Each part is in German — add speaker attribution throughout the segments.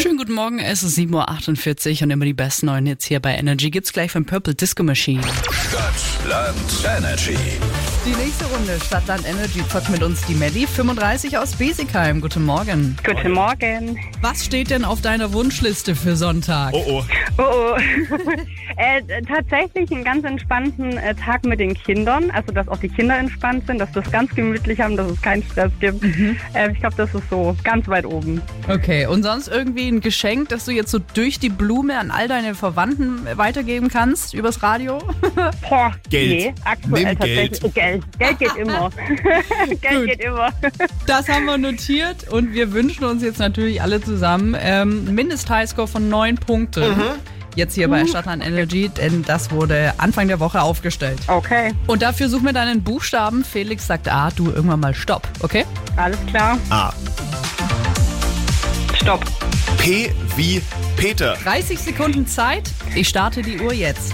Speaker 1: Schönen guten Morgen, es ist 7.48 Uhr und immer die besten neuen Hits hier bei Energy. Gibt's gleich von Purple Disco Machine.
Speaker 2: Stadtland Energy.
Speaker 1: Die nächste Runde Stadtland Energy zockt mit uns die Melli 35 aus Besigheim. Guten Morgen.
Speaker 3: Guten Morgen.
Speaker 1: Was steht denn auf deiner Wunschliste für Sonntag?
Speaker 2: Oh oh.
Speaker 3: Oh, oh. äh, tatsächlich einen ganz entspannten äh, Tag mit den Kindern, also dass auch die Kinder entspannt sind, dass wir es ganz gemütlich haben, dass es keinen Stress gibt. Äh, ich glaube, das ist so ganz weit oben.
Speaker 1: Okay, und sonst irgendwie ein Geschenk, das du jetzt so durch die Blume an all deine Verwandten weitergeben kannst übers Radio?
Speaker 3: Boah,
Speaker 2: Geld.
Speaker 3: nee, aktuell
Speaker 2: Nimm Geld.
Speaker 3: tatsächlich äh, Geld. Geld geht immer. Geld geht immer.
Speaker 1: Das haben wir notiert und wir wünschen uns jetzt natürlich alle zusammen ähm, Mindest-Highscore von neun Punkten. Jetzt hier bei Stadtland Energy, denn das wurde Anfang der Woche aufgestellt.
Speaker 3: Okay,
Speaker 1: Und dafür such mir deinen Buchstaben. Felix sagt A, du irgendwann mal Stopp, okay?
Speaker 3: alles klar.
Speaker 2: A.
Speaker 3: Stopp.
Speaker 2: P wie Peter.
Speaker 1: 30 Sekunden Zeit. Ich starte die Uhr jetzt.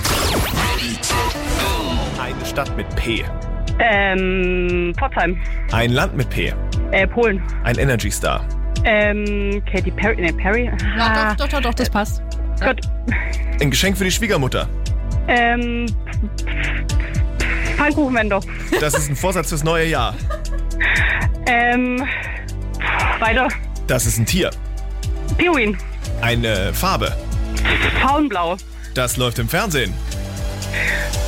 Speaker 2: Eine Stadt mit P.
Speaker 3: Ähm, Pforzheim.
Speaker 2: Ein Land mit P.
Speaker 3: Äh, Polen.
Speaker 2: Ein Energy Star.
Speaker 3: Ähm, Katy Perry. Nee, Perry.
Speaker 1: Ja, doch, doch, doch, doch, das passt.
Speaker 3: Gott.
Speaker 2: Ein Geschenk für die Schwiegermutter.
Speaker 3: Ähm, Pfannkuchenwender.
Speaker 2: Das ist ein Vorsatz fürs neue Jahr.
Speaker 3: Ähm, weiter.
Speaker 2: Das ist ein Tier.
Speaker 3: Pinguin.
Speaker 2: Eine Farbe.
Speaker 3: Faunblau.
Speaker 2: Das läuft im Fernsehen.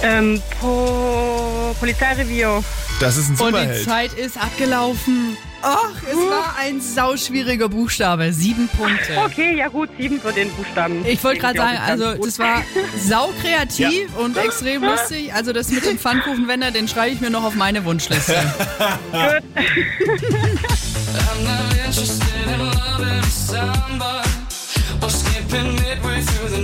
Speaker 3: Ähm, po Polizeirevier.
Speaker 2: Das ist ein
Speaker 1: Und die
Speaker 2: Superheld.
Speaker 1: Zeit ist abgelaufen. Och, es war ein sauschwieriger Buchstabe. Sieben Punkte.
Speaker 3: Okay, ja gut, sieben für den Buchstaben.
Speaker 1: Ich wollte gerade
Speaker 3: Glaub
Speaker 1: sagen,
Speaker 3: ich ganz
Speaker 1: also
Speaker 3: gut.
Speaker 1: das war sau kreativ und extrem lustig. Also das mit dem Pfannkuchenwender, den schreibe ich mir noch auf meine Wunschliste.
Speaker 4: I'm not interested in loving somebody or skipping midway through the night.